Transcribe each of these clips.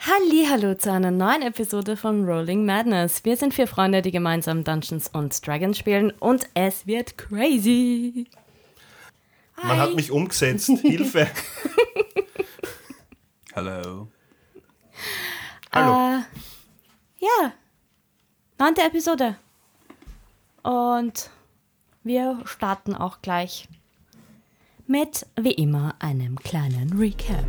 Hallo zu einer neuen Episode von Rolling Madness. Wir sind vier Freunde, die gemeinsam Dungeons und Dragons spielen und es wird crazy. Man hat mich umgesetzt. Hilfe. Hallo. Ah. Hallo. äh, Ja, neunte Episode. Und wir starten auch gleich mit, wie immer, einem kleinen Recap.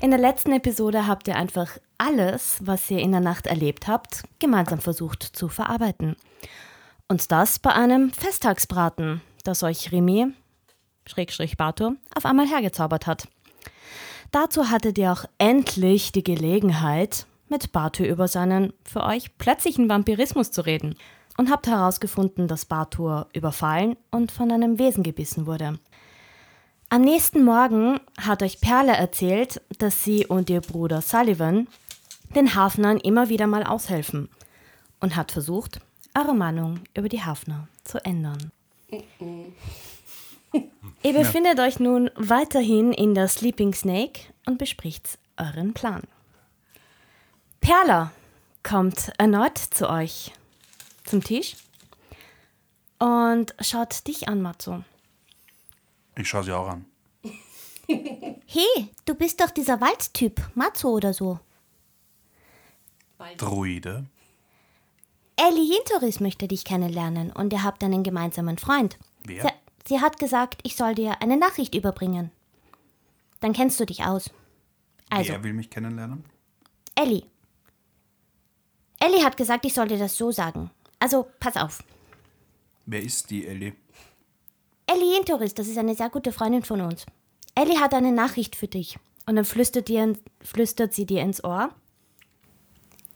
In der letzten Episode habt ihr einfach alles, was ihr in der Nacht erlebt habt, gemeinsam versucht zu verarbeiten. Und das bei einem Festtagsbraten, das euch Remy, Schrägstrich Bartur, auf einmal hergezaubert hat. Dazu hattet ihr auch endlich die Gelegenheit, mit Bartur über seinen für euch plötzlichen Vampirismus zu reden und habt herausgefunden, dass Bartur überfallen und von einem Wesen gebissen wurde. Am nächsten Morgen hat euch Perle erzählt, dass sie und ihr Bruder Sullivan den Hafnern immer wieder mal aushelfen und hat versucht, eure Meinung über die Hafner zu ändern. Ihr befindet euch nun weiterhin in der Sleeping Snake und bespricht euren Plan. Perla kommt erneut zu euch zum Tisch und schaut dich an, Matzo. Ich schaue sie auch an. Hey, du bist doch dieser Waldtyp, Matzo oder so. Druide. Elientoris möchte dich kennenlernen und ihr habt einen gemeinsamen Freund. Wer? Sie, sie hat gesagt, ich soll dir eine Nachricht überbringen. Dann kennst du dich aus. Also, Wer will mich kennenlernen? Ellie. Ellie hat gesagt, ich soll dir das so sagen. Also, pass auf. Wer ist die Ellie? Ellie Intoris, das ist eine sehr gute Freundin von uns. Ellie hat eine Nachricht für dich. Und dann flüstert, dir, flüstert sie dir ins Ohr.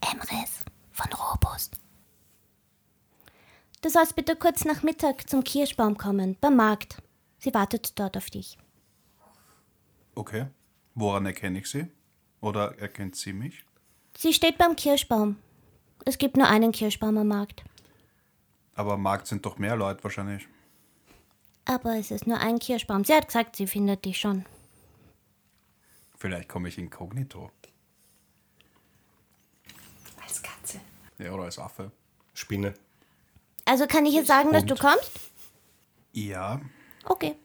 Emres von Robust. Du sollst bitte kurz nach Mittag zum Kirschbaum kommen, beim Markt. Sie wartet dort auf dich. Okay. Woran erkenne ich sie? Oder erkennt sie mich? Sie steht beim Kirschbaum. Es gibt nur einen Kirschbaum am Markt. Aber am Markt sind doch mehr Leute wahrscheinlich. Aber es ist nur ein Kirschbaum. Sie hat gesagt, sie findet dich schon. Vielleicht komme ich inkognito. Als Katze. Ja, oder als Affe. Spinne. Also kann ich jetzt sagen, dass du Und? kommst? Ja. Okay.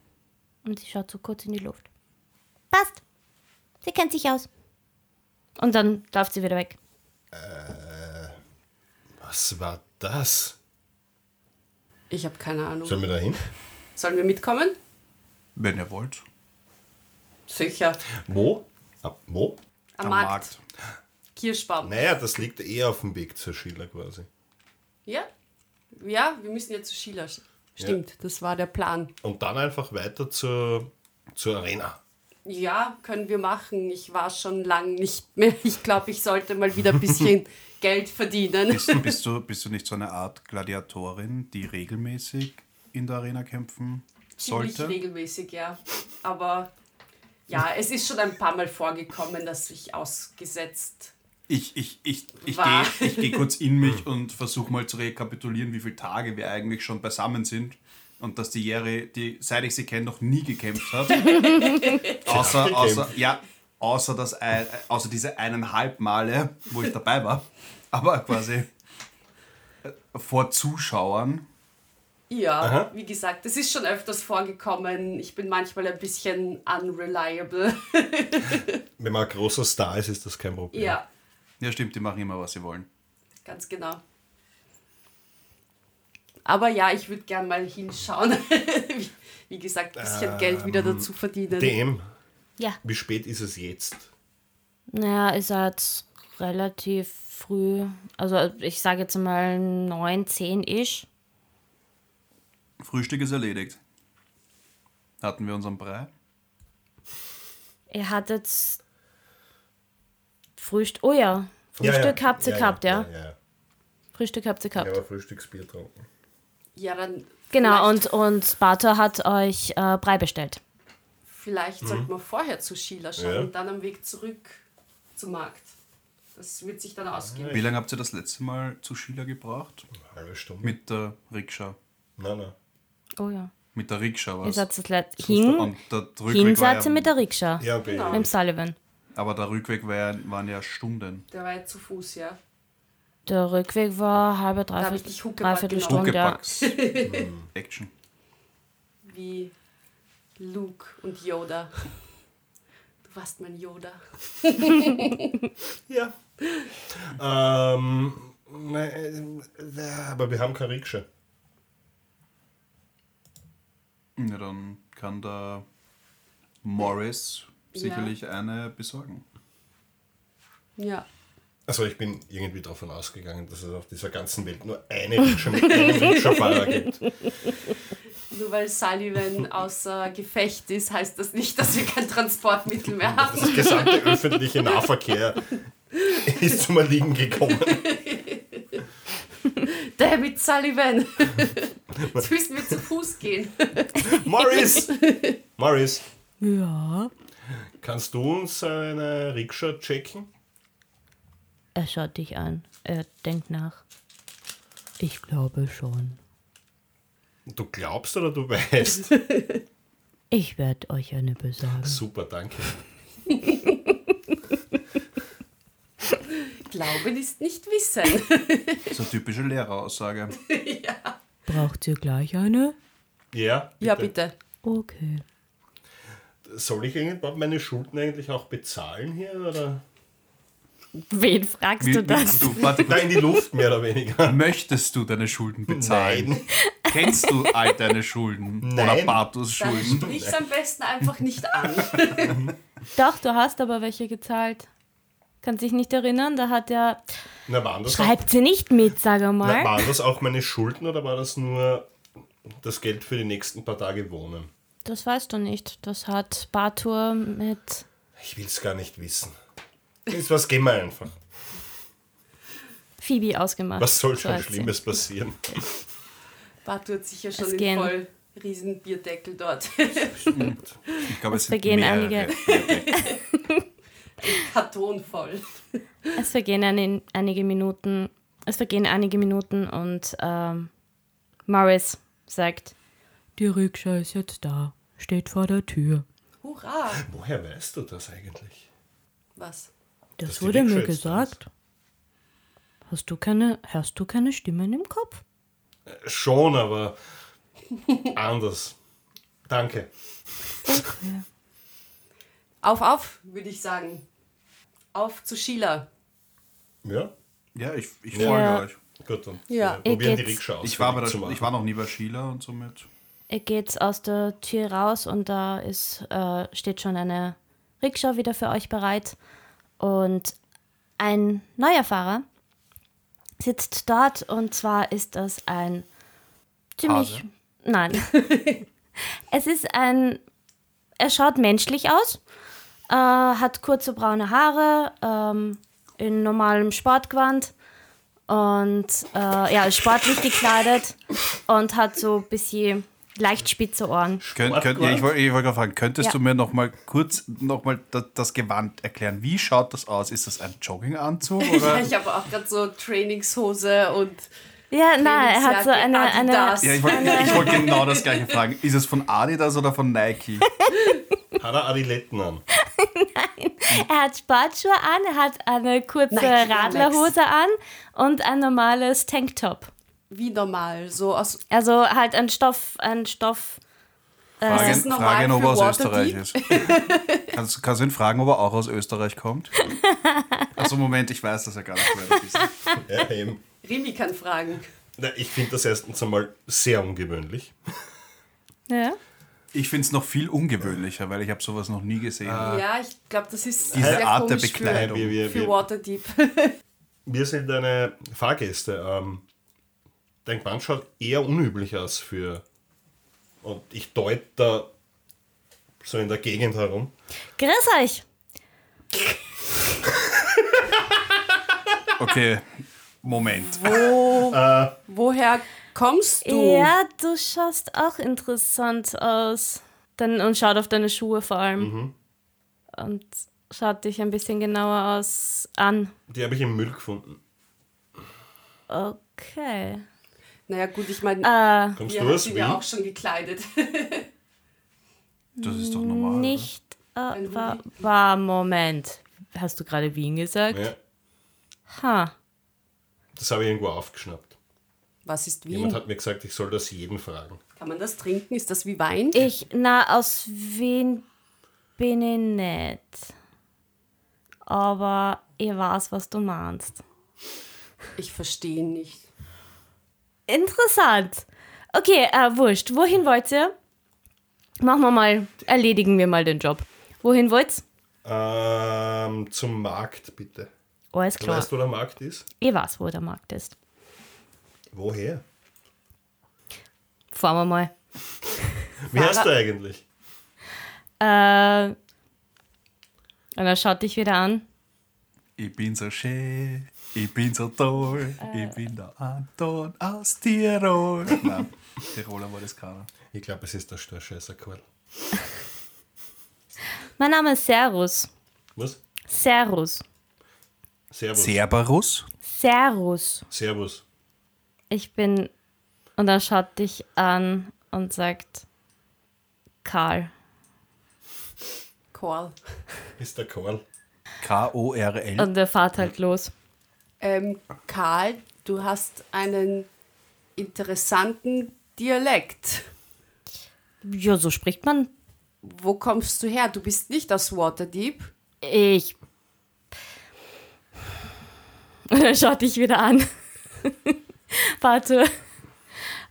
Und sie schaut so kurz in die Luft. Passt. Sie kennt sich aus. Und dann läuft sie wieder weg. Äh, Was war das? Ich habe keine Ahnung. Sollen wir da hin? Sollen wir mitkommen? Wenn ihr wollt. Sicher. Wo? Ab, Ah, wo? Am, Markt. Kirschbaum. Naja, das liegt eher auf dem Weg zur Schiller quasi. Ja? Ja, wir müssen ja zu Schiller. Stimmt, das war der Plan. Und dann einfach weiter zur, zur Arena. Ja, können wir machen. Ich war schon lang nicht mehr. Ich glaube, ich sollte mal wieder ein bisschen Geld verdienen. Bist, bist, du, bist du nicht so eine Art Gladiatorin, die regelmäßig in der Arena kämpfen Ziemlich sollte? regelmäßig, ja. Aber ja, es ist schon ein paar Mal vorgekommen, dass ich ausgesetzt Ich, ich, ich, ich gehe Wahr. ich geh kurz in mich und versuche mal zu rekapitulieren, wie viele Tage wir eigentlich schon beisammen sind. Und dass die Jere, die, seit ich sie kenne, noch nie gekämpft hat. außer, außer, ja, außer, das, ein- außer diese eineinhalb Male, wo ich dabei war. Aber quasi äh, vor Zuschauern. Ja, wie gesagt, es ist schon öfters vorgekommen. Ich bin manchmal ein bisschen unreliable. Wenn man ein großer Star ist, ist das kein Problem. Ja, Ja, stimmt, die machen immer, was sie wollen. ganz genau. Aber ja, ich würde gern mal hinschauen. wie, wie gesagt, ein bisschen Geld Ähm, wieder dazu verdienen. Dem, Ja. wie spät ist es jetzt? Naja, ist halt relativ früh. Also ich sage jetzt mal 9, 10-ish. Frühstück ist erledigt. Hatten wir unseren Brei? Ihr hattet Frühstück. Oh ja. Frühstück habt ihr gehabt, ja. Ja, ja. Frühstück habt ihr Ich gehabt. habe ein Frühstücksbier getrunken. Ja, dann. genau, vielleicht, und, und Bartor hat euch äh, Brei bestellt. Vielleicht sollte man vorher zu Sheila schauen Mhm. Ja. und dann am Weg zurück zum Markt. Das wird Ah, sich dann ausgehen. Wie lange habt ihr das letzte Mal zu Schiller gebracht? Eine halbe Stunde. Mit der Rikscha. Nein, nein. Oh ja. Mit der Rikscha war Ihr es. seid das letzte Das musste- Hin. und der Rückweg Hin war seid ihr mit der Rikscha. Ja, Baby. Genau. Mit dem Sullivan. Aber der Rückweg war ja, waren ja Stunden. Der war ja zu Fuß, ja. Der Rückweg war halbe, hab dreiviertel, ich dich Huckepack dreiviertel genommen. Stunde. Ja. Huckepacks. Mhm. Action. Wie Luke und Yoda. Du warst mein Yoda. Ja. Ähm, nein, äh, aber wir haben keine Riksche. Ja, dann kann der Morris Ja. sicherlich eine besorgen. Ja. Also ich bin irgendwie davon ausgegangen, dass es auf dieser ganzen Welt nur eine Riksche mit einem Rikscha-Fahrer gibt. Nur weil Sullivan außer Gefecht ist, heißt das nicht, dass wir kein Transportmittel mehr haben. Das gesamte öffentliche Nahverkehr ist zum Erliegen gekommen. David Sullivan. Jetzt müssen wir zu Fuß gehen. Morris! Morris, ja. kannst du uns eine Rikscha checken? Er schaut dich an. Er denkt nach. Ich glaube schon. Du glaubst oder du weißt? Ich werde euch eine besorgen. Super, danke. Glauben ist nicht Wissen. So eine typische Lehreraussage. Braucht ihr gleich eine? Ja, bitte. Ja, bitte. Okay. Soll ich irgendwann meine Schulden eigentlich auch bezahlen hier? Oder? Wen fragst Wie, du wie, das? du, warte, Nein, in die Luft mehr oder weniger. möchtest du deine Schulden bezahlen? Nein. Kennst du all deine Schulden? Nein. Oder Bartos Dann Schulden? sprich es am besten einfach nicht an. Doch, du hast aber welche gezahlt. Kannst dich nicht erinnern, da hat er. Na, waren das, auch, Schreibt sie nicht mit, sag na, mal. waren das auch meine Schulden oder war das nur das Geld für die nächsten paar Tage wohnen? Das weißt du nicht. Das hat Bartur mit. Ich will es gar nicht wissen. Ist was, gehen wir einfach. Phoebe ausgemacht. Was soll schon hat sie. Schlimmes passieren? Bartu hat sicher schon Es den gehen- voll riesen Bierdeckel dort. Ich glaube, es sind vergehen mehrere. Karton voll. Es vergehen ein, einige Minuten. Es vergehen einige Minuten und ähm, Morris sagt: Die Rikscha ist jetzt da. Steht vor der Tür. Hurra! Woher weißt du das eigentlich? Was? Das, Dass die wurde mir Rikscha jetzt da gesagt. Hast du keine, hast du keine Stimmen im Kopf? Schon, aber anders. Danke. Auf, auf, würde ich sagen. Auf zu Sheila. Ja? Ja, ich, ich Ja. folge Ja. euch. Gut, dann Ja. äh, probieren die geht's. Rikscha aus. Ich war, aber da, ich war noch nie bei Sheila und somit. Er geht aus der Tür raus und da ist, äh, steht schon eine Rikscha wieder für euch bereit. Und ein neuer Fahrer sitzt dort und zwar ist das ein ziemlich. Hase? Nein. es ist ein. Er schaut menschlich aus, äh, hat kurze braune Haare, ähm, in normalem Sportgewand und äh, ja, ist sportlich gekleidet und hat so ein bisschen leicht spitze Ohren. Könnt, könnt, ja, ich wollte ich wollte gerade fragen, könntest Ja. du mir noch mal kurz noch mal das, das Gewand erklären? Wie schaut das aus? Ist das ein Jogginganzug? Oder? Ja, ich habe auch gerade so Trainingshose und Ah, Ja, nein, er hat so eine, eine Adidas. Ja, ich wollte ich wollte genau das gleiche fragen. Ist es von Adidas oder von Nike? Hat er Adiletten an? er hat Sportschuhe an, er hat eine kurze Nike Air Max. Radlerhose an und ein normales Tanktop. Wie normal, so aus Also halt ein Stoff, ein Stoff. äh, Frage, ist normal Frage, ob er für aus Österreich ist. Kannst, kannst du ihn fragen, ob er auch aus Österreich kommt? Also Moment, ich weiß das ja gar nicht. Wer das ist. Ja, eben. Rimi kann fragen. Na, ich finde das erstens einmal sehr ungewöhnlich. Ja. Ich finde es noch viel ungewöhnlicher, weil ich habe sowas noch nie gesehen. Ah. Ja, ich glaube, das ist Ah. Diese sehr Art der komisch Bekleidung. für, Wir, wir, für wir, Waterdeep. wir sind eine Fahrgäste. Ähm, dein Gewand schaut eher unüblich aus für. Und ich deute da so in der Gegend herum. Grüß euch! Okay, Moment. Woher kommst du? Ja, du schaust auch interessant aus. Dann, und schaut auf deine Schuhe vor allem. Und Schaut dich ein bisschen genauer aus an. Die habe ich im Müll gefunden. Okay. Naja, gut, ich meine, Äh, Kommst ihr du habt aus sie Wien? ja auch schon gekleidet. Das ist doch normal. nicht. Äh, Ein war, war, Moment. Hast du gerade Wien gesagt? Ja, Ha. das habe ich irgendwo aufgeschnappt. Was ist Wien? Jemand hat mir gesagt, ich soll das jeden fragen. Kann man das trinken? Ist das wie Wein? Ich, na, aus Wien bin ich nicht. Aber ich weiß, was du meinst. Ich verstehe nicht. Interessant. Okay, äh, wurscht. Wohin wollt ihr? Machen wir mal, erledigen wir mal den Job. Wohin wollt's? Ähm, zum Markt bitte. Alles Du klar. Weißt du, wo der Markt ist? Ich weiß, wo der Markt ist. Woher? Fahren wir mal. Wie heißt du eigentlich? Äh, und er schaut dich wieder an. Ich bin so schön, ich bin so toll, Äh. ich bin der Anton aus Tirol. Nein, Tiroler war das ne? keiner. Ich glaube, es ist der Störscheißer-Korn. Mein Name ist Servus. Was? Servus. Servus. Cerberus? Servus. Servus. Ich bin. Und er schaut dich an und sagt: Karl. Korl. Ist der Korn. Äh. K-O-R-L. Und er fährt halt los. Ähm, Karl, du hast einen interessanten Dialekt. Ja, so spricht man. Wo kommst du her? Du bist nicht aus Waterdeep. Ich. Und er schaut dich wieder an. Warte.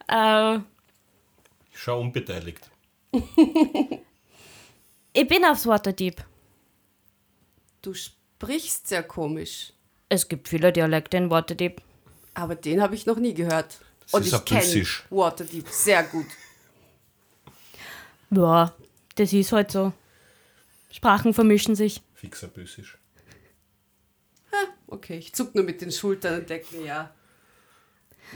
Äh, Ich schau unbeteiligt. ich bin aufs Waterdeep. Du sprichst sehr komisch. Es gibt viele Dialekte in Waterdeep. Aber den habe ich noch nie gehört. Das ist ein ich kenne Russisch. Waterdeep sehr gut. Ja, das ist halt so. Sprachen vermischen sich. Fixer Büssisch. Okay, ich zuck nur mit den Schultern und denke mir, ja,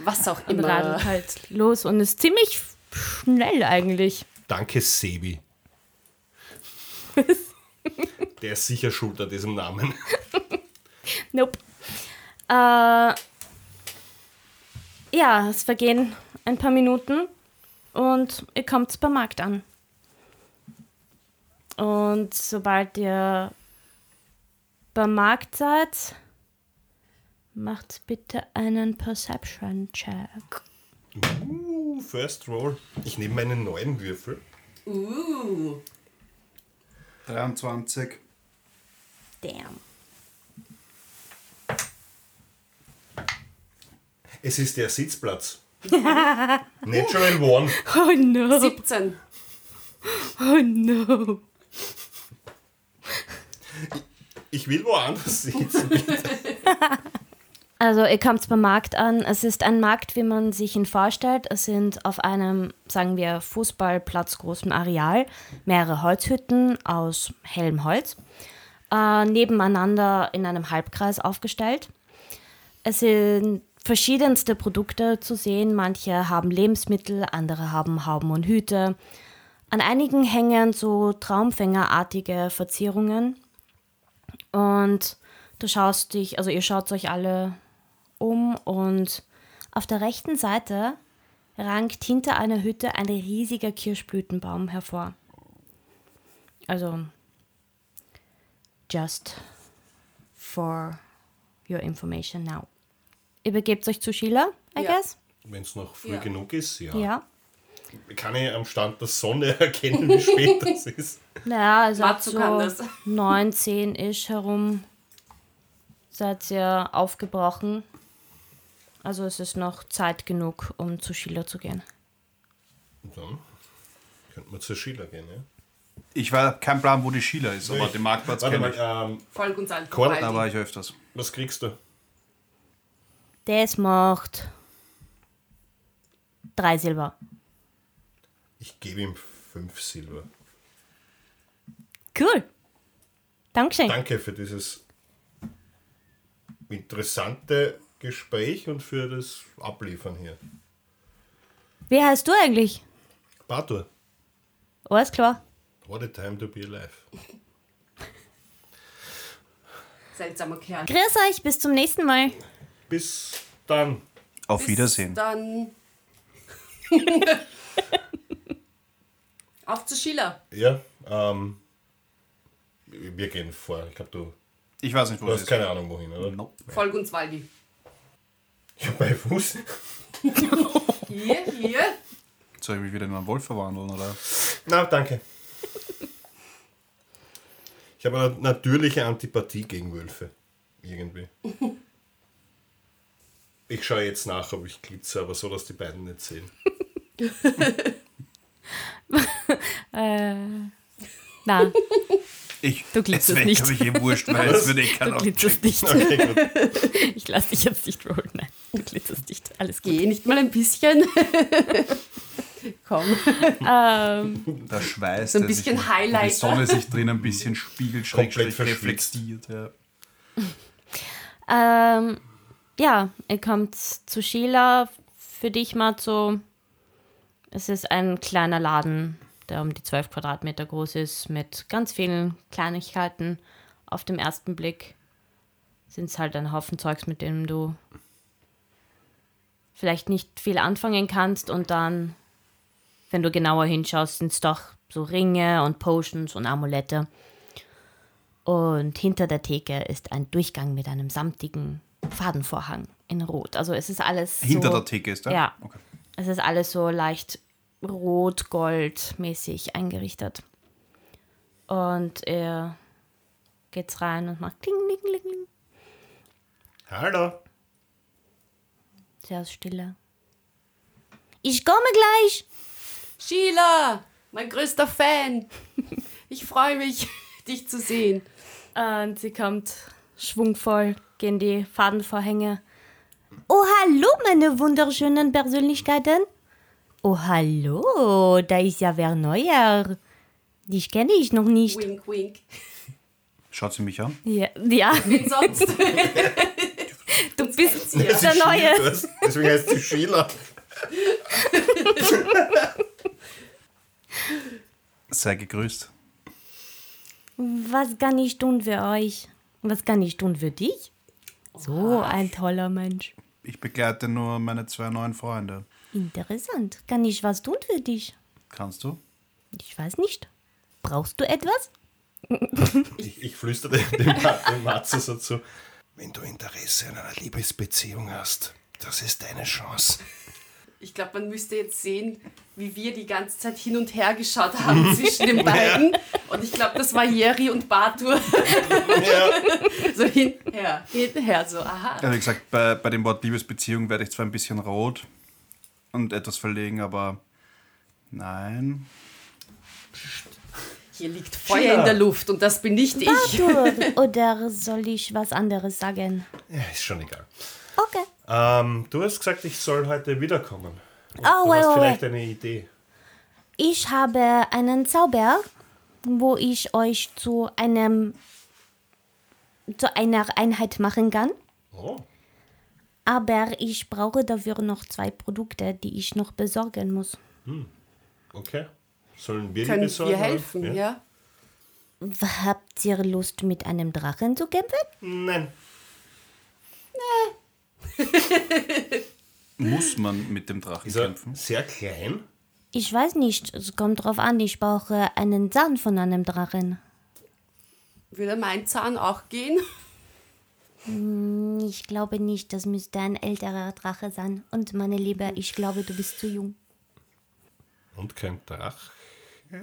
was auch Und immer. radelt halt los und ist ziemlich schnell eigentlich. Danke, Sebi. Der ist sicher schuld an diesem Namen. Nope. Äh, ja, es vergehen ein paar Minuten und ihr kommt beim Markt an. Und sobald ihr beim Markt seid, macht bitte einen Perception-Check. Uh, first roll. Ich nehme meinen neuen Würfel. Uh, 23. Damn. Es ist der Sitzplatz. Natural One. Oh no, 17. oh no. Ich will woanders sitzen. Also ihr kommt beim Markt an. Es ist ein Markt, wie man sich ihn vorstellt. Es sind auf einem, sagen wir, Fußballplatz großen Areal mehrere Holzhütten aus hellem Holz äh, nebeneinander in einem Halbkreis aufgestellt. Es sind verschiedenste Produkte zu sehen. Manche haben Lebensmittel, andere haben Hauben und Hüte. An einigen hängen so traumfängerartige Verzierungen. Und du schaust dich, also ihr schaut euch alle um und auf der rechten Seite rankt hinter einer Hütte ein riesiger Kirschblütenbaum hervor. Also, just for your information now. Übergebt euch zu Sheila, I Ja. guess? Wenn es noch früh Ja. genug ist, ja. Ja. Kann ich am Stand der Sonne erkennen, wie spät das ist. Naja, also ab Matsu kann das. so 19 ist herum seid ihr aufgebrochen. Also es ist noch Zeit genug, um zu Schiller zu gehen. Und dann könnten wir zur Schiller gehen, ja? Ich habe keinen Plan, wo die Schieler ist, aber den Marktplatz Warte kenne mal, ich. ähm, Folg uns allen. Korn, Waldi. Da war ich öfters. was kriegst du? Das macht drei Silber. Ich gebe ihm fünf Silber. Cool. Dankeschön. Danke für dieses interessante Gespräch und für das Abliefern hier. Wie heißt du eigentlich? Bartur, Alles klar. what a time to be alive. Seltsamer Kerl. Grüß euch, bis zum nächsten Mal. Bis dann. Auf Bis Wiedersehen. Dann. Auf zu Sheila. Ja, ähm, wir gehen vor. Ich glaube, du, Ich weiß nicht, wo du das hast ist. keine Ahnung, wohin, oder? Nope. Folg uns, Waldi. Ich habe meinen Fuß. Hier, hier. Soll ich mich wieder in einen Wolf verwandeln, oder? Na, danke. Ich habe eine natürliche Antipathie gegen Wölfe. Irgendwie. Ich schaue jetzt nach, ob ich glitze, aber so, dass die beiden nicht sehen. Äh, Na, Ich, Du glitzerst es wäre, nicht. glaub ich, eh wurscht, weil es würde eh du keiner glitzerst nicht. Okay, gut. Ich lasse dich jetzt nicht rollen. Nein, du glitzerst nicht. Alles gut. Geh nicht mal ein bisschen. Komm. Ähm, Der Schweiß, So ein der sich- bisschen wo Die Highlighter. Sonne sich drin ein bisschen spiegelt, schrägstrich verschwitzt. reflektiert. Ja. ähm, ja, ihr kommt zu Sheila. Für dich, Matzo. Es ist ein kleiner Laden, der um die 12 Quadratmeter groß ist, mit ganz vielen Kleinigkeiten. Auf dem ersten Blick sind es halt ein Haufen Zeugs, mit dem du vielleicht nicht viel anfangen kannst und dann, wenn du genauer hinschaust, sind es doch so Ringe und Potions und Amulette. Und hinter der Theke ist ein Durchgang mit einem samtigen Fadenvorhang in Rot. Also es ist alles Hinter so, der Theke ist der? Ja. Okay. es ist alles so leicht rot-gold-mäßig eingerichtet. Und er geht's rein und macht kling, kling, kling, kling. Hallo. Sehr stille. Ich komme gleich. Sheila, mein größter Fan. Ich freue mich, dich zu sehen. Und sie kommt schwungvoll, gehen die Fadenvorhänge. Oh, hallo, meine wunderschönen Persönlichkeiten. Oh, hallo, da ist ja wer neuer. Dich kenne ich noch nicht. Wink, wink. Schaut sie mich an? Ja, ja Wen sonst? du bist Ja. der Neue. Neue. Deswegen heißt sie Sheila. Sei gegrüßt. Was kann ich tun für euch? Was kann ich tun für dich? So ein toller Mensch. Ich begleite nur meine zwei neuen Freunde. Interessant. Kann ich was tun für dich? Kannst du? Ich weiß nicht. Brauchst du etwas? Ich, ich flüstere dem, dem, Ma- dem Matze so zu. Wenn du Interesse an einer Liebesbeziehung hast, das ist deine Chance. Ich glaube, man müsste jetzt sehen, wie wir die ganze Zeit hin und her geschaut haben zwischen den beiden. Und ich glaube, das war Jerry und Bartur. Ja. So hinher, hinher, so aha. Ehrlich gesagt, bei, bei dem Wort Liebesbeziehung werde ich zwar ein bisschen rot und etwas verlegen, aber nein. Hier liegt Feuer Sheila. in der Luft und das bin nicht ich. Arthur, oder soll ich was anderes sagen? ja, ist schon egal. Okay. Ähm, du hast gesagt, ich soll heute wiederkommen. Und Oh, du wait, hast wait, vielleicht eine Idee. Ich habe einen Zauber, wo ich euch zu einem zu einer Einheit machen kann. Oh, Aber ich brauche dafür noch zwei Produkte, die ich noch besorgen muss. okay. Sollen wir die Können besorgen? wir oder? helfen, ja? Habt ihr Lust, mit einem Drachen zu kämpfen? Nein. Muss man mit dem Drachen Ist er kämpfen? sehr klein? Ich weiß nicht, es kommt drauf an, ich brauche einen Zahn von einem Drachen. Würde mein Zahn auch gehen? Ich glaube nicht, das müsste ein älterer Drache sein. Und meine Liebe, ich glaube, du bist zu jung. Und kein Drache? Hm?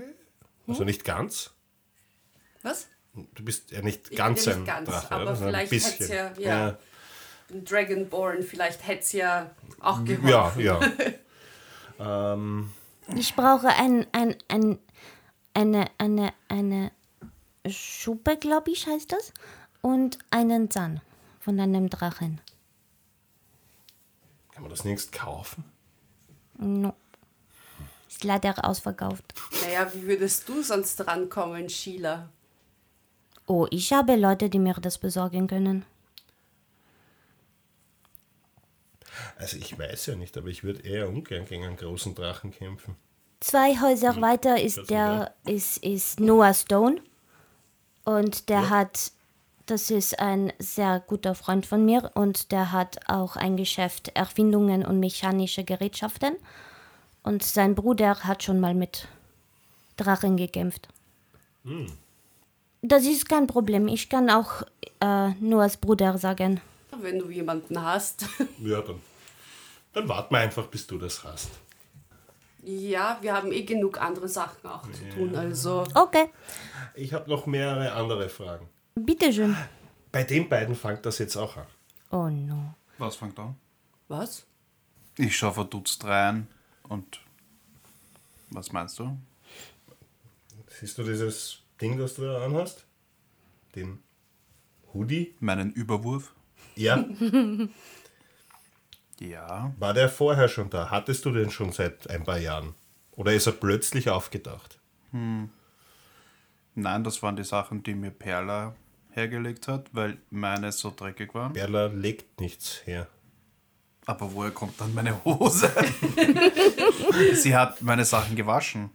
Also nicht ganz? Was? Du bist ja nicht bin ganz ja nicht ein ganz, Drache, aber oder? Sondern vielleicht hat's ja- ja. Ein Dragonborn, vielleicht hätte es ja auch geholfen. Ja, ja. ähm, Ich brauche ein, ein, ein, eine, eine, eine Schuppe, glaube ich, heißt das. Und einen Zahn von einem Drachen. kann man das nirgends kaufen? No. Ist leider ausverkauft. Naja, wie würdest du sonst rankommen, Sheila? Oh, ich habe Leute, die mir das besorgen können. Also ich weiß ja nicht, aber ich würde eher ungern gegen einen großen Drachen kämpfen. Zwei Häuser weiter ist das der ist, ist Noah Stone. Und der hat Das ist ein sehr guter Freund von mir und der hat auch ein Geschäft Erfindungen und mechanische Gerätschaften. Und sein Bruder hat schon mal mit Drachen gekämpft. Das ist kein Problem. Ich kann auch äh, nur als Bruder sagen. Wenn du jemanden hast. Ja, dann. Dann warten wir einfach, bis du das hast. Ja, wir haben eh genug andere Sachen auch zu tun. Also Okay, Ich habe noch mehrere andere Fragen. bitteschön. Bei den beiden fängt das jetzt auch an. Oh no. Was fängt an? was? Ich schaue verdutzt rein und. Was meinst du? Siehst du dieses Ding, das du da anhast? Den Hoodie? Meinen Überwurf? Ja. Ja. War der vorher schon da? Hattest du den schon seit ein paar Jahren? Oder ist er plötzlich aufgedacht? Nein, das waren die Sachen, die mir Perla hergelegt hat, weil meine so dreckig waren. Berla legt nichts her. Aber woher kommt dann meine Hose? Sie hat meine Sachen gewaschen.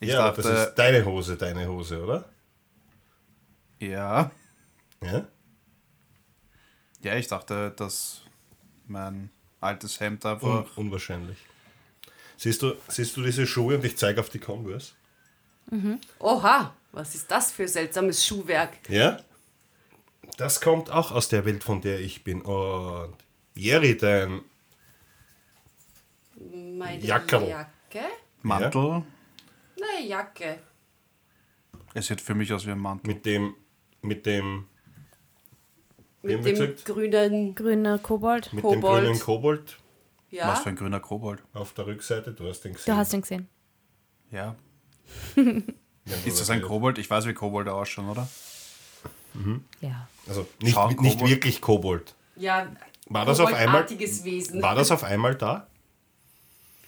Ich ja, aber dachte, das ist deine Hose, deine Hose, oder? ja. Ja? Ja, ich dachte, dass mein altes Hemd einfach. Un unwahrscheinlich. Siehst du, siehst du diese Schuhe und ich zeige auf die Converse? Oha, was ist das für seltsames Schuhwerk? Ja? Das kommt auch aus der Welt, von der ich bin. Und Jerry, dein Meine Jackerl. Jacke? Mantel. Nein, Jacke. Es sieht für mich aus wie ein Mantel. mit dem, mit dem, Wem Mit dem gesagt? grünen, Grüner Kobold. mit dem Kobold. grünen Kobold ja. Was für ein grüner Kobold. auf der Rückseite. Du hast den gesehen. Du hast ihn gesehen. Ja. Wenn du Ist das ein erzählst. Kobold? Ich weiß, wie Kobolde ausschauen, oder? Ja. Also nicht, Schau, nicht Kobold. wirklich Kobold. ja. War das auf einmal- koboldartiges Wesen. War das auf einmal da?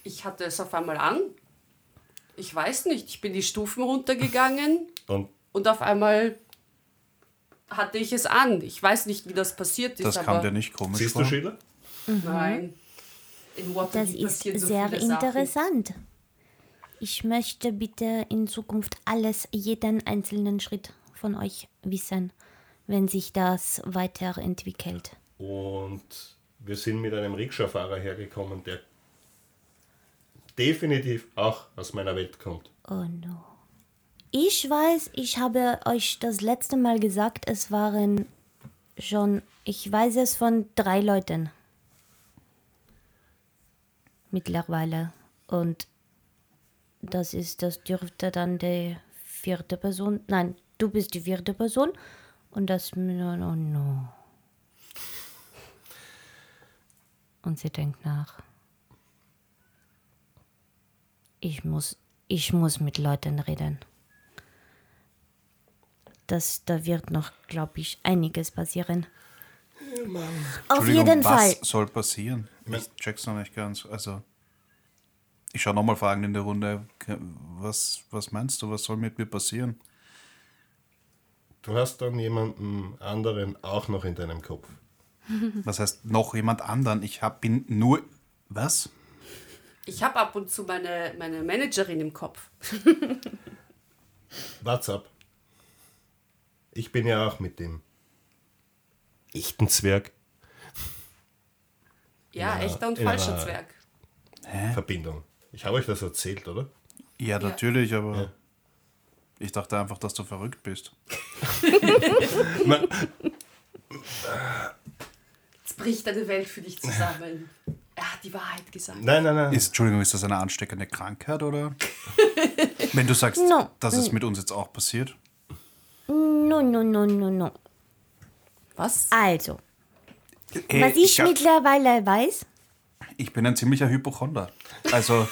Ich hatte es auf einmal an. Ich weiß nicht, ich bin die Stufen runtergegangen Und und auf einmal hatte ich es an. Ich weiß nicht, wie das passiert ist, Das kam dir aber nicht komisch siehst vor. du Schiller? nein. In Mhm. Das Waterdeep ist passieren so sehr viele Sachen. interessant. Ich möchte bitte in Zukunft alles, jeden einzelnen Schritt von euch wissen, wenn sich das weiterentwickelt. Und wir sind mit einem Rikscha-Fahrer hergekommen, der definitiv auch aus meiner Welt kommt. Oh no. Ich weiß, ich habe euch das letzte Mal gesagt, es waren schon, ich weiß es von drei Leuten. Mittlerweile. Und das ist, das dürfte dann die vierte Person, nein, du bist die vierte Person. Und das, oh no. Und sie denkt nach. Ich muss, ich muss mit Leuten reden. Das, da wird noch, glaube ich, einiges passieren. Auf Entschuldigung, jeden Fall. was soll passieren? Ich check's noch nicht ganz. Also, ich schaue nochmal Fragen in der Runde. Was, was meinst du, was soll mit mir passieren? Du hast dann jemanden anderen auch noch in deinem Kopf. Was heißt noch jemand anderen? Ich hab, bin nur. Was? Ich habe ab und zu meine, meine Managerin im Kopf. What's up? Ich bin ja auch mit dem echten Zwerg Ja, Ja, echter und in falscher einer- Zwerg. Verbindung. Ich habe euch das erzählt, oder? Ja, natürlich, aber ich dachte einfach, dass du verrückt bist. Jetzt bricht eine Welt für dich zusammen. Er hat die Wahrheit gesagt. Nein, nein, nein. Ist, Entschuldigung, ist das eine ansteckende Krankheit oder? Wenn du sagst, No. Mm. dass es mit uns jetzt auch passiert. No, no, no, no, no. Was? Also, Hey, was ich ich, hab- mittlerweile weiß, ich bin ein ziemlicher Hypochonder. Also.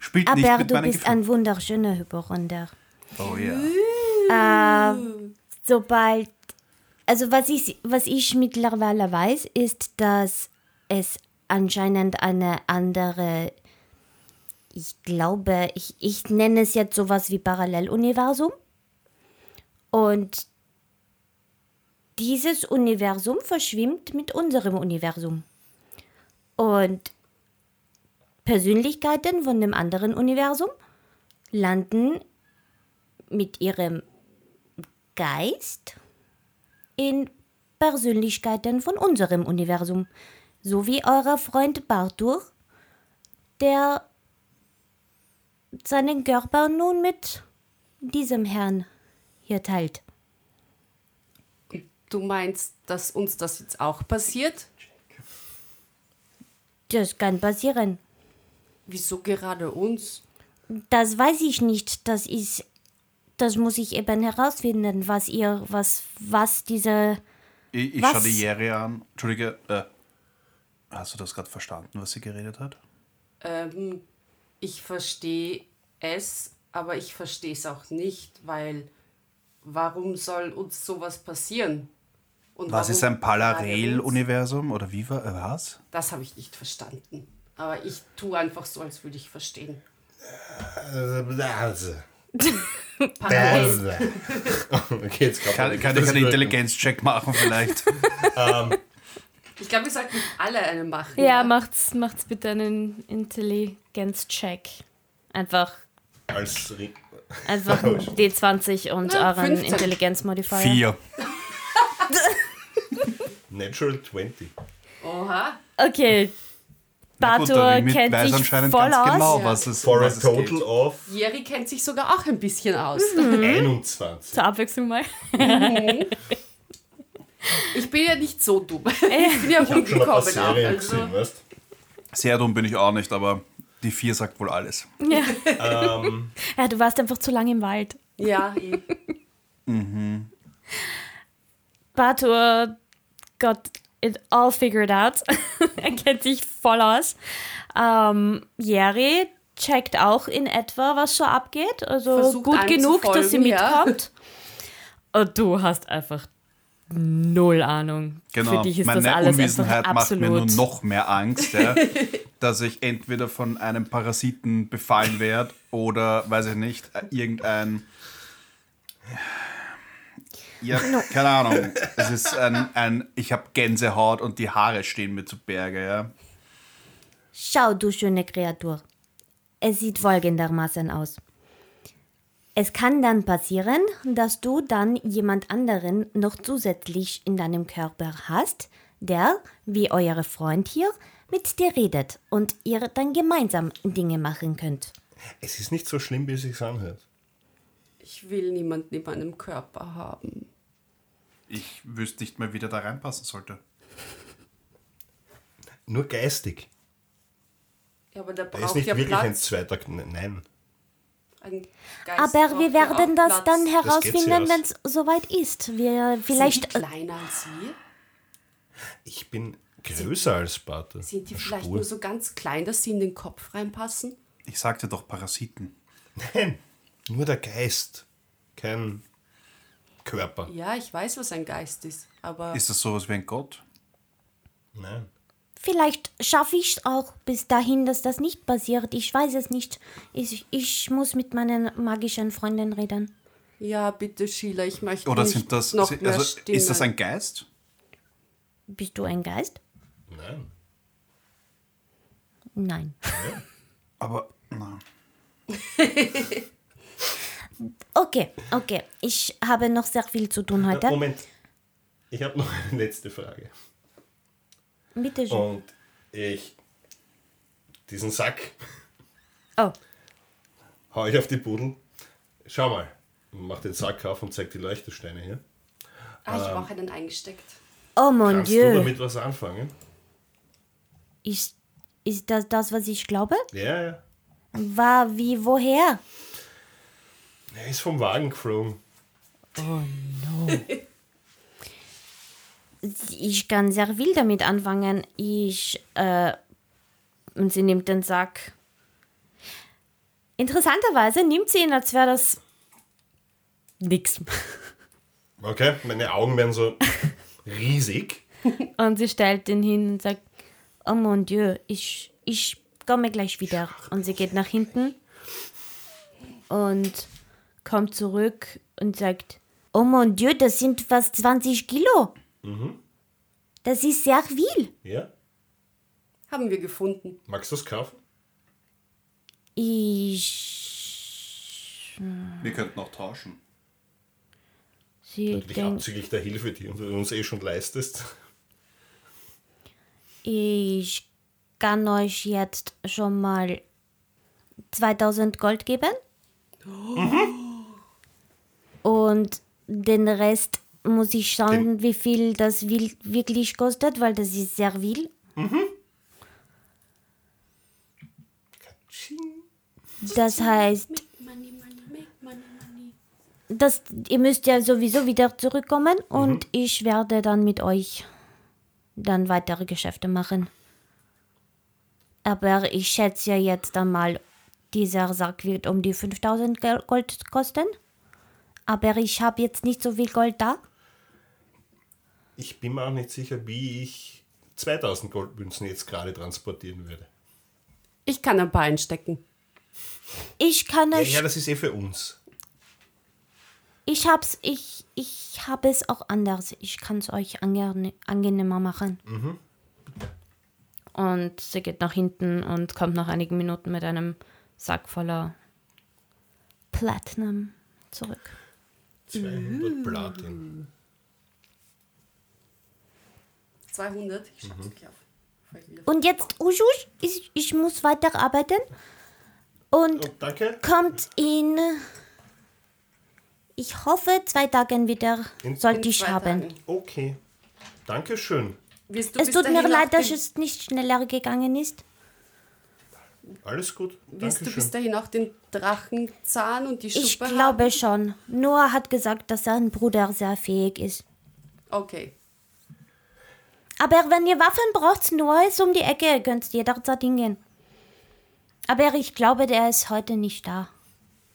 spielt nicht aber mit du meinen bist ein wunderschöner Hypochonder. Gefühlen. Oh, ja. Sobald, also was ich, was ich mittlerweile weiß, ist, dass es anscheinend eine andere, ich glaube, ich, ich nenne es jetzt sowas wie Paralleluniversum. Und dieses Universum verschwimmt mit unserem Universum. Und Persönlichkeiten von dem anderen Universum landen mit ihrem Geist in Persönlichkeiten von unserem Universum, so wie euer Freund Bartur, der seinen Körper nun mit diesem Herrn hier teilt. Du meinst, dass uns das jetzt auch passiert? Das kann passieren. Wieso gerade uns? Das weiß ich nicht. Das ist. Das muss ich eben herausfinden, was ihr, was, was diese. Ich, ich Was? schaue die Jerry an. Entschuldige, äh, hast du das gerade verstanden, was sie geredet hat? Ähm, ich verstehe es, aber ich verstehe es auch nicht, weil warum soll uns sowas passieren? Und Was warum ist ein gerade uns? Paralleluniversum oder wie war äh, was? Das habe ich nicht verstanden. Aber ich tue einfach so, als würde ich verstehen. Also. Parallel. Okay, jetzt Kann, kann ich einen Intelligenzcheck machen vielleicht? Ich glaube, wir sollten alle eine machen. Ja, macht's, macht's bitte einen Intelligenz-Check. Einfach, Als Re- einfach einen D20 und Na, euren 15. Intelligenzmodifier. Vier. Natural 20. Oha. Okay. Na gut, Bartur der Remit kennt weiß sich anscheinend voll ganz aus. genau, Ja. was es, For um a was es geht. total of Jerry kennt sich sogar auch ein bisschen aus. 21. Zur Abwechslung mal. Ich bin ja nicht so dumm. Äh. Ich bin ja Schon ein paar rumgekommen. auch, Serien Also, gesehen, weißt Sehr dumm bin ich auch nicht, aber die vier sagt wohl alles. Ja, du warst einfach zu lange im Wald. ja, eh. Bartur äh, got it all figured out. er kennt sich voll aus. Ähm, Jerry checkt auch in etwa, was so abgeht. Also Versucht, gut einem genug, zu dass sie folgen, ja. mitkommt. Und du hast einfach null Ahnung. Genau. Für dich ist Meine das alles Unwissenheit einfach macht absolut. mir nur noch mehr Angst, ja, dass ich entweder von einem Parasiten befallen werde oder, weiß ich nicht, äh, irgendein. Ja, keine Ahnung. Es ist ein, ein ich habe Gänsehaut und die Haare stehen mir zu Berge, ja. Schau, du schöne Kreatur. Es sieht folgendermaßen aus. Es kann dann passieren, dass du dann jemand anderen noch zusätzlich in deinem Körper hast, der, wie euer Freund hier, mit dir redet und ihr dann gemeinsam Dinge machen könnt. Es ist nicht so schlimm, wie es sich anhört. Ich will niemanden in meinem Körper haben. Ich wüsste nicht mehr, wie der da reinpassen sollte. Nur geistig. Ja, aber der Da ist braucht nicht ja wirklich ein Platz. zweiter. N- Nein. Ein Geist Aber wir braucht ja werden auch das Platz. dann Das geht sich herausfinden, aus. wenn es soweit ist. Wir Sind die vielleicht. äh, kleiner als wir? Ich bin größer als Barte. Sind die Eine vielleicht Spur. nur so ganz klein, dass sie in den Kopf reinpassen? Ich sagte doch Parasiten. Nein. Nur der Geist. Kein Körper. Ja, ich weiß, was ein Geist ist, aber Ist das sowas wie ein Gott? Nein. Vielleicht schaffe ich es auch bis dahin, dass das nicht passiert. Ich weiß es nicht. Ich, ich muss mit meinen magischen Freunden reden. ja, bitte Sheila, ich möchte Oder nicht sind das. noch sind- mehr Also, Stimmen. ist das ein Geist? Bist du ein Geist? Nein. Nein. Aber. Na. Okay, okay. Ich habe noch sehr viel zu tun heute. Äh, Moment. Ich habe noch eine letzte Frage. Bitte schön. Und ich diesen Sack Oh, hau ich auf die Pudel. Schau mal. Mach den Sack auf und zeig die Leuchtesteine hier. Ah, ich habe auch einen eingesteckt. oh mon Kannst du Dieu. damit was anfangen? Ist, ist das das, was ich glaube? Ja, ja. War wie woher? Er ist vom Wagen geflogen. Ich kann sehr viel damit anfangen. Ich, äh, und sie nimmt den Sack. Interessanterweise nimmt sie ihn, als wäre das nix. Okay, meine Augen werden so riesig. Und sie stellt ihn hin und sagt, oh mon Dieu, ich, ich komme gleich wieder. Und sie geht nach hinten und kommt zurück und sagt, oh mon Dieu, das sind fast 20 Kilo. Das ist sehr viel. Ja? Haben wir gefunden. Magst du es kaufen? Ich... Wir könnten auch tauschen. Sie Natürlich denkt, abzüglich der Hilfe, die du uns eh schon leistest. ich kann euch jetzt schon mal 2000 Gold geben. Und den Rest muss ich schauen, wie viel das wil- wirklich kostet, weil das ist sehr viel. Das heißt, Money, money, make money, money. das, ihr müsst ja sowieso wieder zurückkommen und ich werde dann mit euch dann weitere Geschäfte machen. Aber ich schätze ja jetzt einmal, dieser Sack wird um die 5000 Gel- Gold kosten. Aber ich habe jetzt nicht so viel Gold da. Ich bin mir auch nicht sicher, wie ich 2000 Goldmünzen jetzt gerade transportieren würde. Ich kann ein paar einstecken. Ich kann Ja, euch, ja, das ist eh für uns. ich hab's, ich, ich habe es auch anders. Ich kann es euch angehne- angenehmer machen. Und sie geht nach hinten und kommt nach einigen Minuten mit einem Sack voller. Platinum zurück. 200 Mhm. Platin. 200, ich schreib's gleich auf. Fall ich wieder- Und jetzt, Uschusch, ich, ich muss weiterarbeiten. Und Oh, danke. kommt in, ich hoffe, zwei Tagen wieder. In- Sollte In ich zwei haben. Tagen. Okay. Dankeschön. Wirst du Es bis tut mir dahin leid, auch dass den- es nicht schneller gegangen ist. Alles gut. Wirst du bis Dankeschön. dahin auch den Drachenzahn und die Schuppe Ich haben? glaube schon. Noah hat gesagt, dass sein Bruder sehr fähig ist. Okay. Aber wenn ihr Waffen braucht, Noah ist um die Ecke. Ihr könnt jederzeit hingehen. Aber ich glaube, der ist heute nicht da.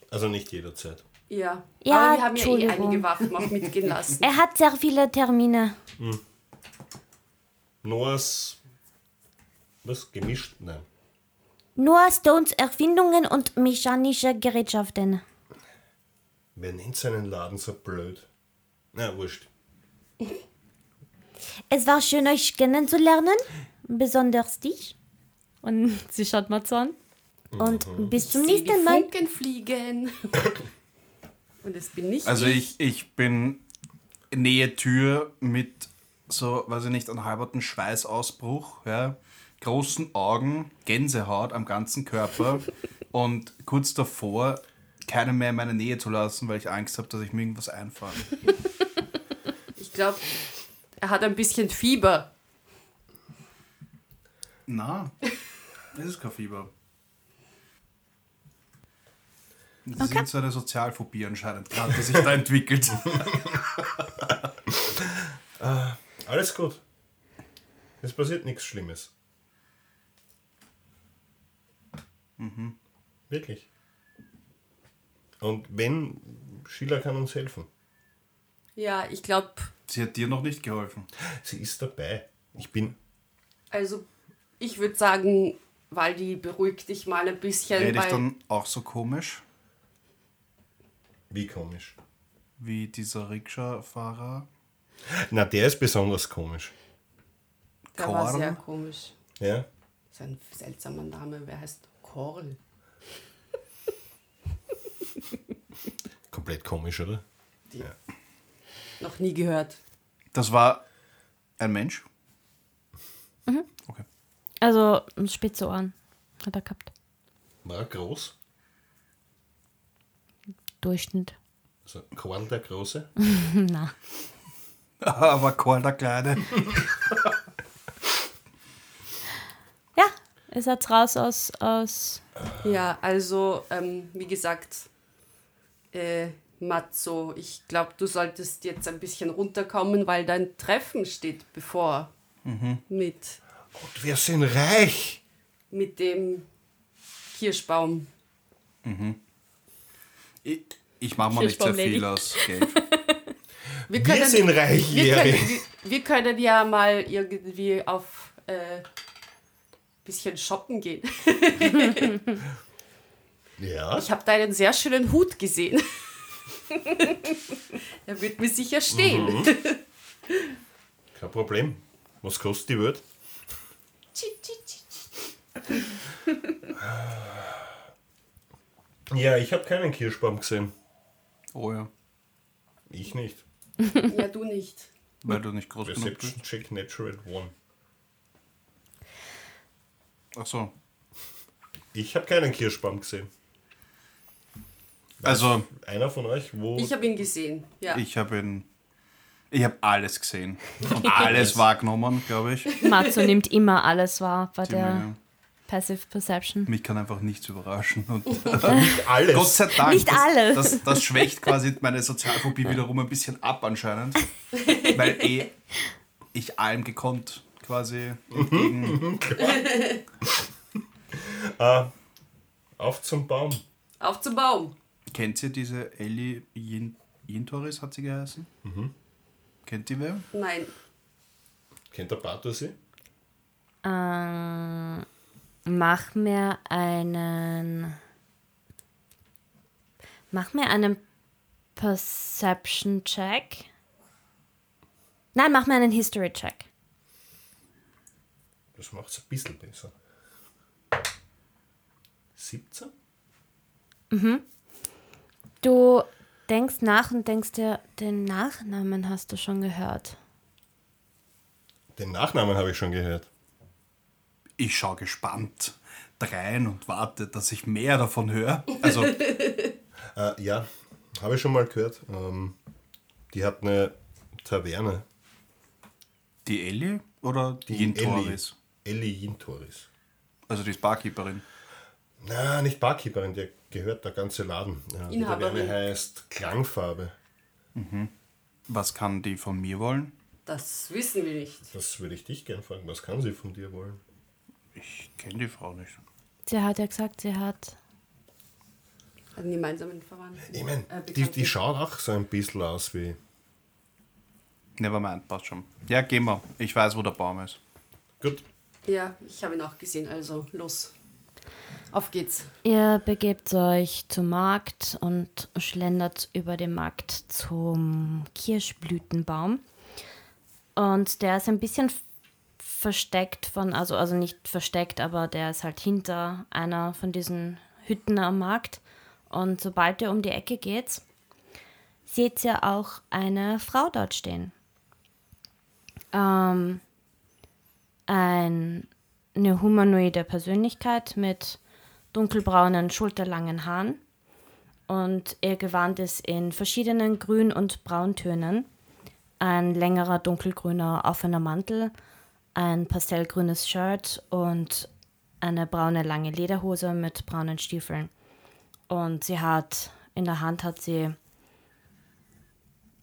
Also nicht jederzeit. Ja. Ja, Aber wir haben ja eh Entschuldigung. Äh, einige Waffen auch mitgehen lassen. Er hat sehr viele Termine. Noahs. Was? Gemischt? Nein. Noah Stones Erfindungen und mechanische Gerätschaften. Wer nennt seinen Laden so blöd? Na, wurscht. Es war schön, euch kennenzulernen, besonders dich. Und sie schaut Matze an. Und bis zum Sieh die nächsten Mal. Funken fliegen. Und es bin nicht Also ich, ich bin Nähe Tür mit so, weiß ich nicht, einem halberten Schweißausbruch, ja, großen Augen, Gänsehaut am ganzen Körper und kurz davor, keinen mehr in meine Nähe zu lassen, weil ich Angst habe, dass ich mir irgendwas einfahre. Ich glaube, er hat ein bisschen Fieber. Na, das ist kein Fieber. Das ist so eine Sozialphobie anscheinend gerade, die sich da entwickelt. Alles gut. Es passiert nichts Schlimmes. Wirklich. Und wenn, Sheila kann uns helfen. Ja, ich glaube, Sie hat dir noch nicht geholfen. Sie ist dabei. Ich bin. also ich würde sagen, Waldi, beruhig dich mal ein bisschen. Rede ich weil dann auch so komisch? Wie komisch. wie dieser Rikscha-Fahrer. Na, der ist besonders komisch. der war Korn? sehr komisch. Ja? Sein seltsamer Name, wer heißt Korl? Komplett komisch, oder? Noch nie gehört. Das war ein Mensch? Okay. Also spitze Ohren hat er gehabt. War er groß? Durchschnitt. Also Korn der Große? Na. Aber Karl der Kleine. Ja, ist jetzt raus aus, aus Ja, also, ähm, wie gesagt, äh, Matzo, ich glaube, du solltest jetzt ein bisschen runterkommen, weil dein Treffen steht bevor. Mit, Und wir sind reich! mit dem Kirschbaum. Ich, ich mache mal nicht sehr viel aus Geld. Wir, Wir sind reich, wir Jerry. können, wir, wir können ja mal irgendwie auf äh, bisschen shoppen gehen. Ja, Ich habe da einen sehr schönen Hut gesehen. Der wird mir sicher stehen. kein Problem. Was kostet die Welt? Tschi, tschi, tschi, tschi. Ja, ich habe keinen Kirschbaum gesehen. Oh ja. Ich nicht. Ja, du nicht. Weil du nicht groß genug bist. Perception Check Natural One. Ach so. Ich habe keinen Kirschbaum gesehen. Also, Einer von euch, wo. Ich habe ihn gesehen. Ja. ich habe ihn. Ich habe alles gesehen. Und alles wahrgenommen, glaube ich. Matzo nimmt immer alles wahr bei der Ja. Passive Perception. Mich kann einfach nichts überraschen. Und alles. Gott sei Dank. Nicht alles. Das, das, das schwächt quasi meine Sozialphobie wiederum ein bisschen ab anscheinend. Weil eh ich allem gekonnt quasi entgegen. Auf zum Baum. Auf zum Baum. Kennt ihr diese Ellie Yin- Yintoris, hat sie geheißen? Kennt ihr wer? Nein. Kennt der Bato sie? Äh, mach mir einen. Mach mir einen Perception-Check. Nein, mach mir einen History-Check. Das macht es ein bisschen besser. 17? Du denkst nach und denkst dir, den Nachnamen hast du schon gehört. Den Nachnamen habe ich schon gehört. Ich schaue gespannt drein und warte, dass ich mehr davon höre. Also Äh, ja, habe ich schon mal gehört. Ähm, die hat eine Taverne. die Ellie oder die Ellie. Yintoris? Ellie Jintoris. Also die Barkeeperin. Na, nicht Barkeeperin, der gehört der ganze Laden. Ja, die Inhaberin. Taverne heißt Klangfarbe. Was kann die von mir wollen? Das wissen wir nicht. Das würde ich dich gern fragen. Was kann sie von dir wollen? Ich kenne die Frau nicht. Sie hat ja gesagt, sie hat. Einen gemeinsamen Verwandten. Ich meine, Äh, die, die Bekannte. schaut auch so ein bisschen aus wie. Nevermind, passt schon. Ja, gehen wir. Ich weiß, wo der Baum ist. Gut, Ja, ich habe ihn auch gesehen. Also los. Auf geht's. Ihr begebt euch zum Markt und schlendert über den Markt zum Kirschblütenbaum. Und der ist ein bisschen f- versteckt von, also, also nicht versteckt, aber der ist halt hinter einer von diesen Hütten am Markt. Und sobald ihr um die Ecke geht, seht ihr auch eine Frau dort stehen. Ähm, ein, eine humanoide Persönlichkeit mit dunkelbraunen, schulterlangen Haaren. Und ihr Gewand ist in verschiedenen Grün- und Brauntönen. Ein längerer dunkelgrüner offener Mantel, ein pastellgrünes Shirt und eine braune lange Lederhose mit braunen Stiefeln. Und sie hat, in der Hand hat sie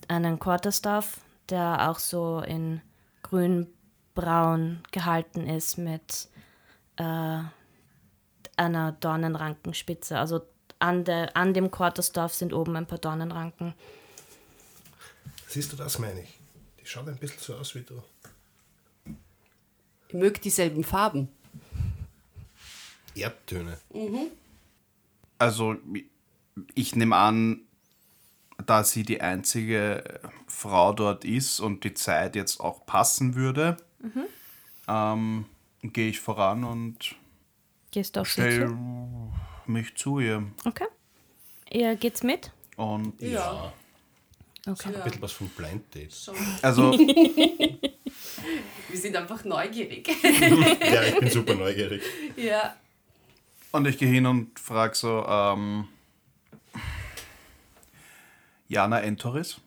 einen Quarterstaff, der auch so in grün-braun gehalten ist mit einer Dornenrankenspitze. Also an, der, an dem Quarterstaff sind oben ein paar Dornenranken. siehst du das, meine ich? Die schaut ein bisschen so aus wie du. Ihr mögt dieselben Farben. Erdtöne. Also, ich nehme an, da sie die einzige Frau dort ist und die Zeit jetzt auch passen würde, ähm, gehe ich voran und Gehst du auf sie stelle zu? mich zu ihr. Okay. Ihr geht's mit? Und Ja. Okay. Ein bisschen was von Blind Dates. also, Wir sind einfach neugierig. Ja, ich bin super neugierig. ja. und ich gehe hin und frage so, ähm, Jana Entoris?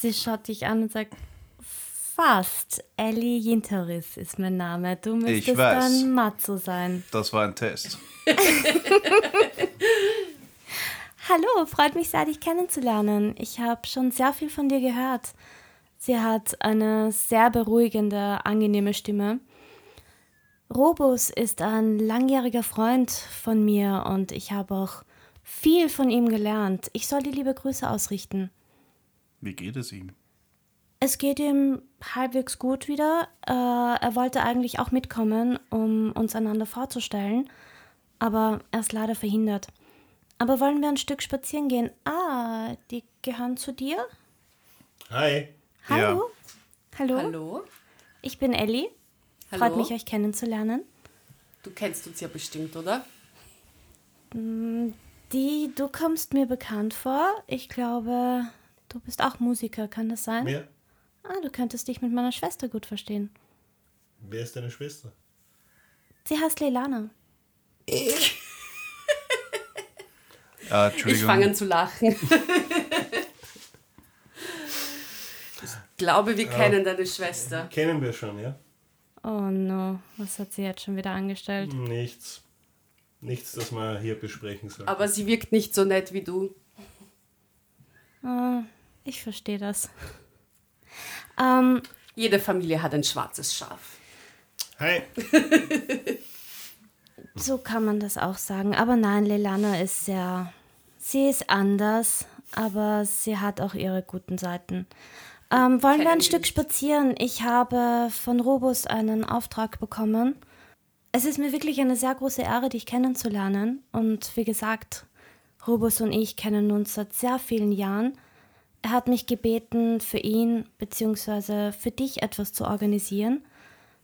Sie schaut dich an und sagt, fast. Ellie Jinteris ist mein Name. Du müsstest weiß. dann Matzo sein. Das war ein Test. Hallo, freut mich sehr, dich kennenzulernen. Ich habe schon sehr viel von dir gehört. Sie hat eine sehr beruhigende, angenehme Stimme. Robus ist ein langjähriger Freund von mir und ich habe auch viel von ihm gelernt. Ich soll dir liebe Grüße ausrichten. Wie geht es ihm? Es geht ihm halbwegs gut wieder. Äh, er wollte eigentlich auch mitkommen, um uns einander vorzustellen, aber er ist leider verhindert. Aber wollen wir ein Stück spazieren gehen? Ah, die gehören zu dir? Hi. Hallo? Hallo? Hallo? Ich bin Ellie. Hallo? Freut mich, euch kennenzulernen. Du kennst uns ja bestimmt, oder? Die, du kommst mir bekannt vor. Ich glaube, Du bist auch Musiker, kann das sein? Wer? Ah, du könntest dich mit meiner Schwester gut verstehen. Wer ist deine Schwester? Sie heißt Leilana. Äh, Ich Entschuldigung. fange an zu lachen. ich glaube, wir kennen deine Schwester. Kennen wir schon, ja? Oh no, was hat sie jetzt schon wieder angestellt? Nichts. Nichts, das man hier besprechen soll. Aber sie wirkt nicht so nett wie du. Ah, ich verstehe das. Ähm, Jede Familie hat ein schwarzes Schaf. Hi! so kann man das auch sagen. Aber nein, Leilana ist sehr. Sie ist anders, aber sie hat auch ihre guten Seiten. Ähm, wollen wir Kennen ein wir Stück nicht. spazieren? Ich habe von Robus einen Auftrag bekommen. Es ist mir wirklich eine sehr große Ehre, dich kennenzulernen. Und wie gesagt, Robus und ich kennen uns seit sehr vielen Jahren. Er hat mich gebeten, für ihn bzw. für dich etwas zu organisieren,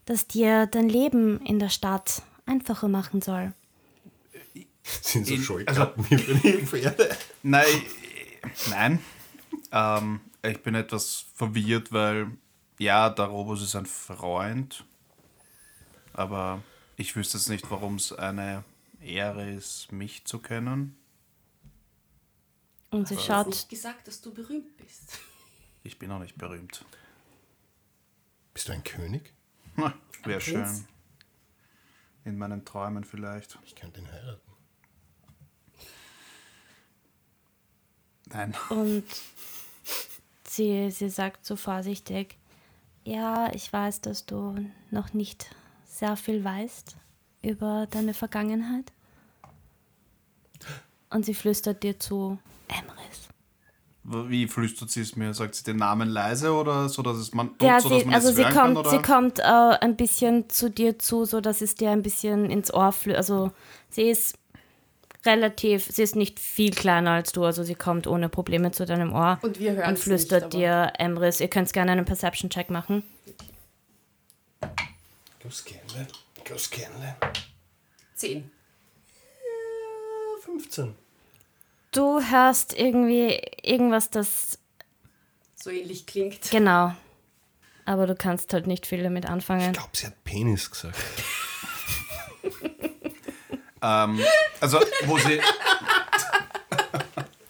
das dir dein Leben in der Stadt einfacher machen soll. Sind so In- Scheuklappen also, wie die Pferde? Nein, äh, nein. Ähm, ich bin etwas verwirrt, weil ja, der Robus ist ein Freund, aber ich wüsste jetzt nicht, warum es eine Ehre ist, mich zu kennen. Und sie Du hast schaut, nicht gesagt, dass du berühmt bist. Ich bin auch nicht berühmt. Bist du ein König? Wäre Prinz? schön. In meinen Träumen vielleicht. Ich könnte ihn heiraten. Nein. Und sie, sie sagt so vorsichtig, ja, ich weiß, dass du noch nicht sehr viel weißt über deine Vergangenheit. Und sie flüstert dir zu, Emrys. Wie flüstert sie es mir? Sagt sie den Namen leise oder so, dass es man, Ja, so, dass sie, man also es sie hören kann? kommt, Oder? sie kommt äh, ein bisschen zu dir zu, so dass es dir ein bisschen ins Ohr flüstert. Also sie ist relativ, sie ist nicht viel kleiner als du, also sie kommt ohne Probleme zu deinem Ohr Und wir hören und es flüstert nicht, aber- dir, Emrys, ihr könnt gerne einen Perception-Check machen. Glaubst du gerne? Glaubst du gerne? Zehn. 15. Du hörst irgendwie irgendwas, das. So ähnlich klingt. Genau. Aber du kannst halt nicht viel damit Ich anfangen. glaube, sie hat Penis gesagt. Ähm, also, wo sie.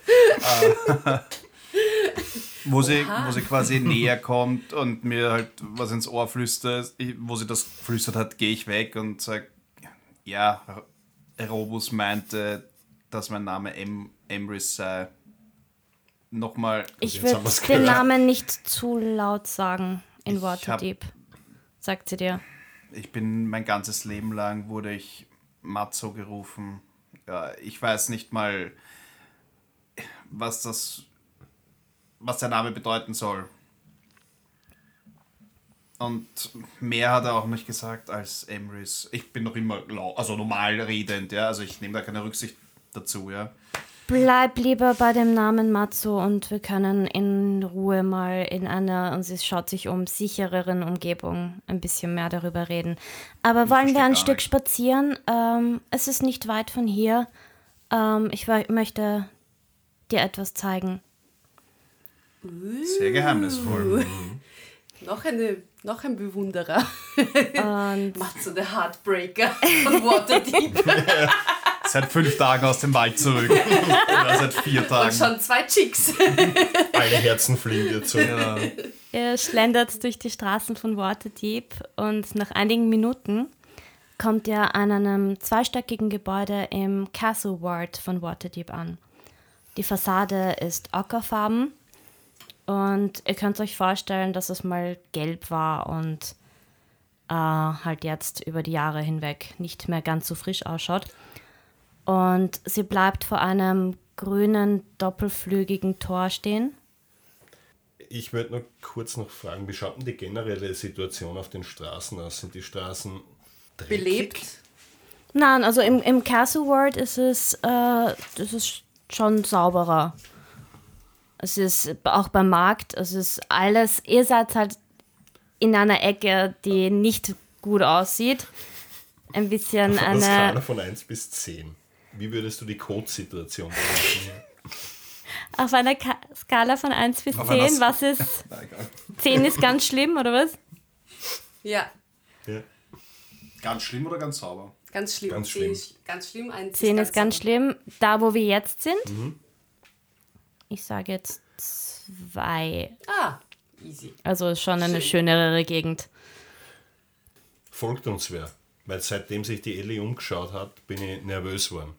Äh, wo, sie, wo sie quasi näher kommt und mir halt was ins Ohr flüstert, ich, wo sie das flüstert hat, gehe ich weg und sage, ja, Robus meinte, dass mein Name em Emrys sei. Nochmal, Ich jetzt will haben wir's den gehört. Namen nicht zu laut sagen in Ich Waterdeep, sagt sie dir. ich bin mein ganzes Leben lang wurde ich Matzo gerufen. Ja, ich weiß nicht mal, was das, was der Name bedeuten soll. Und mehr hat er auch nicht gesagt als Emrys. Ich bin noch immer lau also normal redend, ja. Also ich nehme da keine Rücksicht dazu, ja. Bleib lieber bei dem Namen Matsu und wir können in Ruhe mal in einer, und sie schaut sich um, sichereren Umgebung ein bisschen mehr darüber reden. Aber wollen verstehe wir ein gar Stück nichts. spazieren? Ähm, es ist nicht weit von hier. Ähm, ich wei- möchte dir etwas zeigen. Sehr geheimnisvoll. Uh. Noch, eine, noch ein Bewunderer. Und Macht so der Heartbreaker von Waterdeep. Seit fünf Tagen aus dem Wald zurück. Oder seit vier Und Tagen. schon zwei Chicks. Alle Herzen fliegen dir zu. Ja. Ihr schlendert durch die Straßen von Waterdeep und nach einigen Minuten kommt ihr an einem zweistöckigen Gebäude im Castle Ward von Waterdeep an. Die Fassade ist ockerfarben und ihr könnt euch vorstellen, dass es mal gelb war und äh, halt jetzt über die Jahre hinweg nicht mehr ganz so frisch ausschaut. Und sie bleibt vor einem grünen, doppelflügigen Tor stehen. Ich würde noch kurz noch fragen, wie schaut denn die generelle Situation auf den Straßen aus? Sind die Straßen dreckig? Belebt. Nein, also im, im Castle World ist es, äh, ist es schon sauberer. Es ist auch beim Markt, es ist alles, ihr seid halt in einer Ecke, die nicht gut aussieht. Ein bisschen Auf einer Skala eine, von 1 bis 10. Wie würdest du die Code-Situation bewerten? Auf einer Ka Skala von 1 bis Auf 10, einer was ist? Na, egal. 10 ist ganz schlimm, oder was? Ja, Ja. Ganz schlimm oder ganz sauber? ganz schlimm. Ganz Zehn schlimm. ist Ganz schlimm. Ein 10 ist ganz sauber. schlimm. Da, wo wir jetzt sind, ich sage jetzt 2. Ah, easy. Also ist schon eine schönere Gegend. Folgt uns wer. Weil seitdem sich die Ellie umgeschaut hat, bin ich nervös geworden.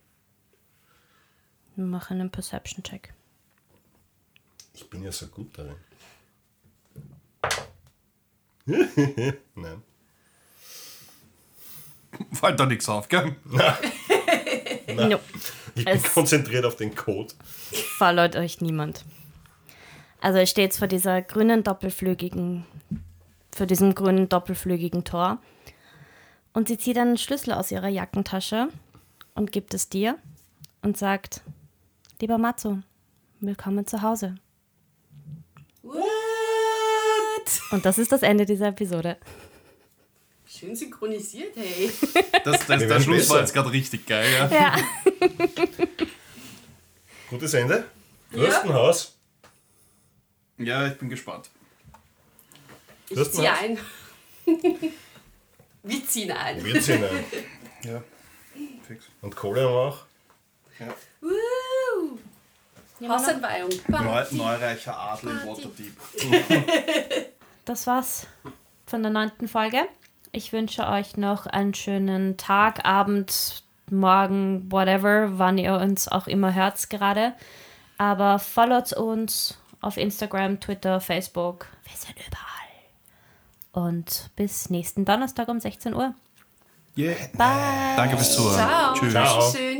Wir machen einen Perception-Check. Ich bin ja so gut darin. Nein. Fällt da nichts auf, gell? No. Ich bin Es- konzentriert auf den Code. Verläut euch niemand. Also ihr steht vor dieser grünen doppelflügigen, vor diesem grünen doppelflügigen Tor. Und sie zieht einen Schlüssel aus ihrer Jackentasche und gibt es dir und sagt, lieber Matzo, willkommen zu Hause. What? Und das ist das Ende dieser Episode. Schön synchronisiert, hey. Das, das, der werden Schluss war besser. jetzt gerade richtig geil, ja. Ja. Gutes Ende. Fürstenhaus. Ja, ich bin gespannt. Ich Hörst du ziehe was? ein. Wir ziehen ein. Wir ziehen ein. Ja. Fix. Und Kohle haben wir auch. Woo! Hausentweihung. Neu, neureicher Adler im Waterdeep. das war's von der neunten Folge. Ich wünsche euch noch einen schönen Tag, Abend, Morgen, whatever, wann ihr uns auch immer hört gerade. Aber followt uns auf Instagram, Twitter, Facebook. Wir sind überall. Und bis nächsten Donnerstag um 16 Uhr. Yeah. Danke fürs Zuhören. Ciao. Tschüss. Ciao. Schön.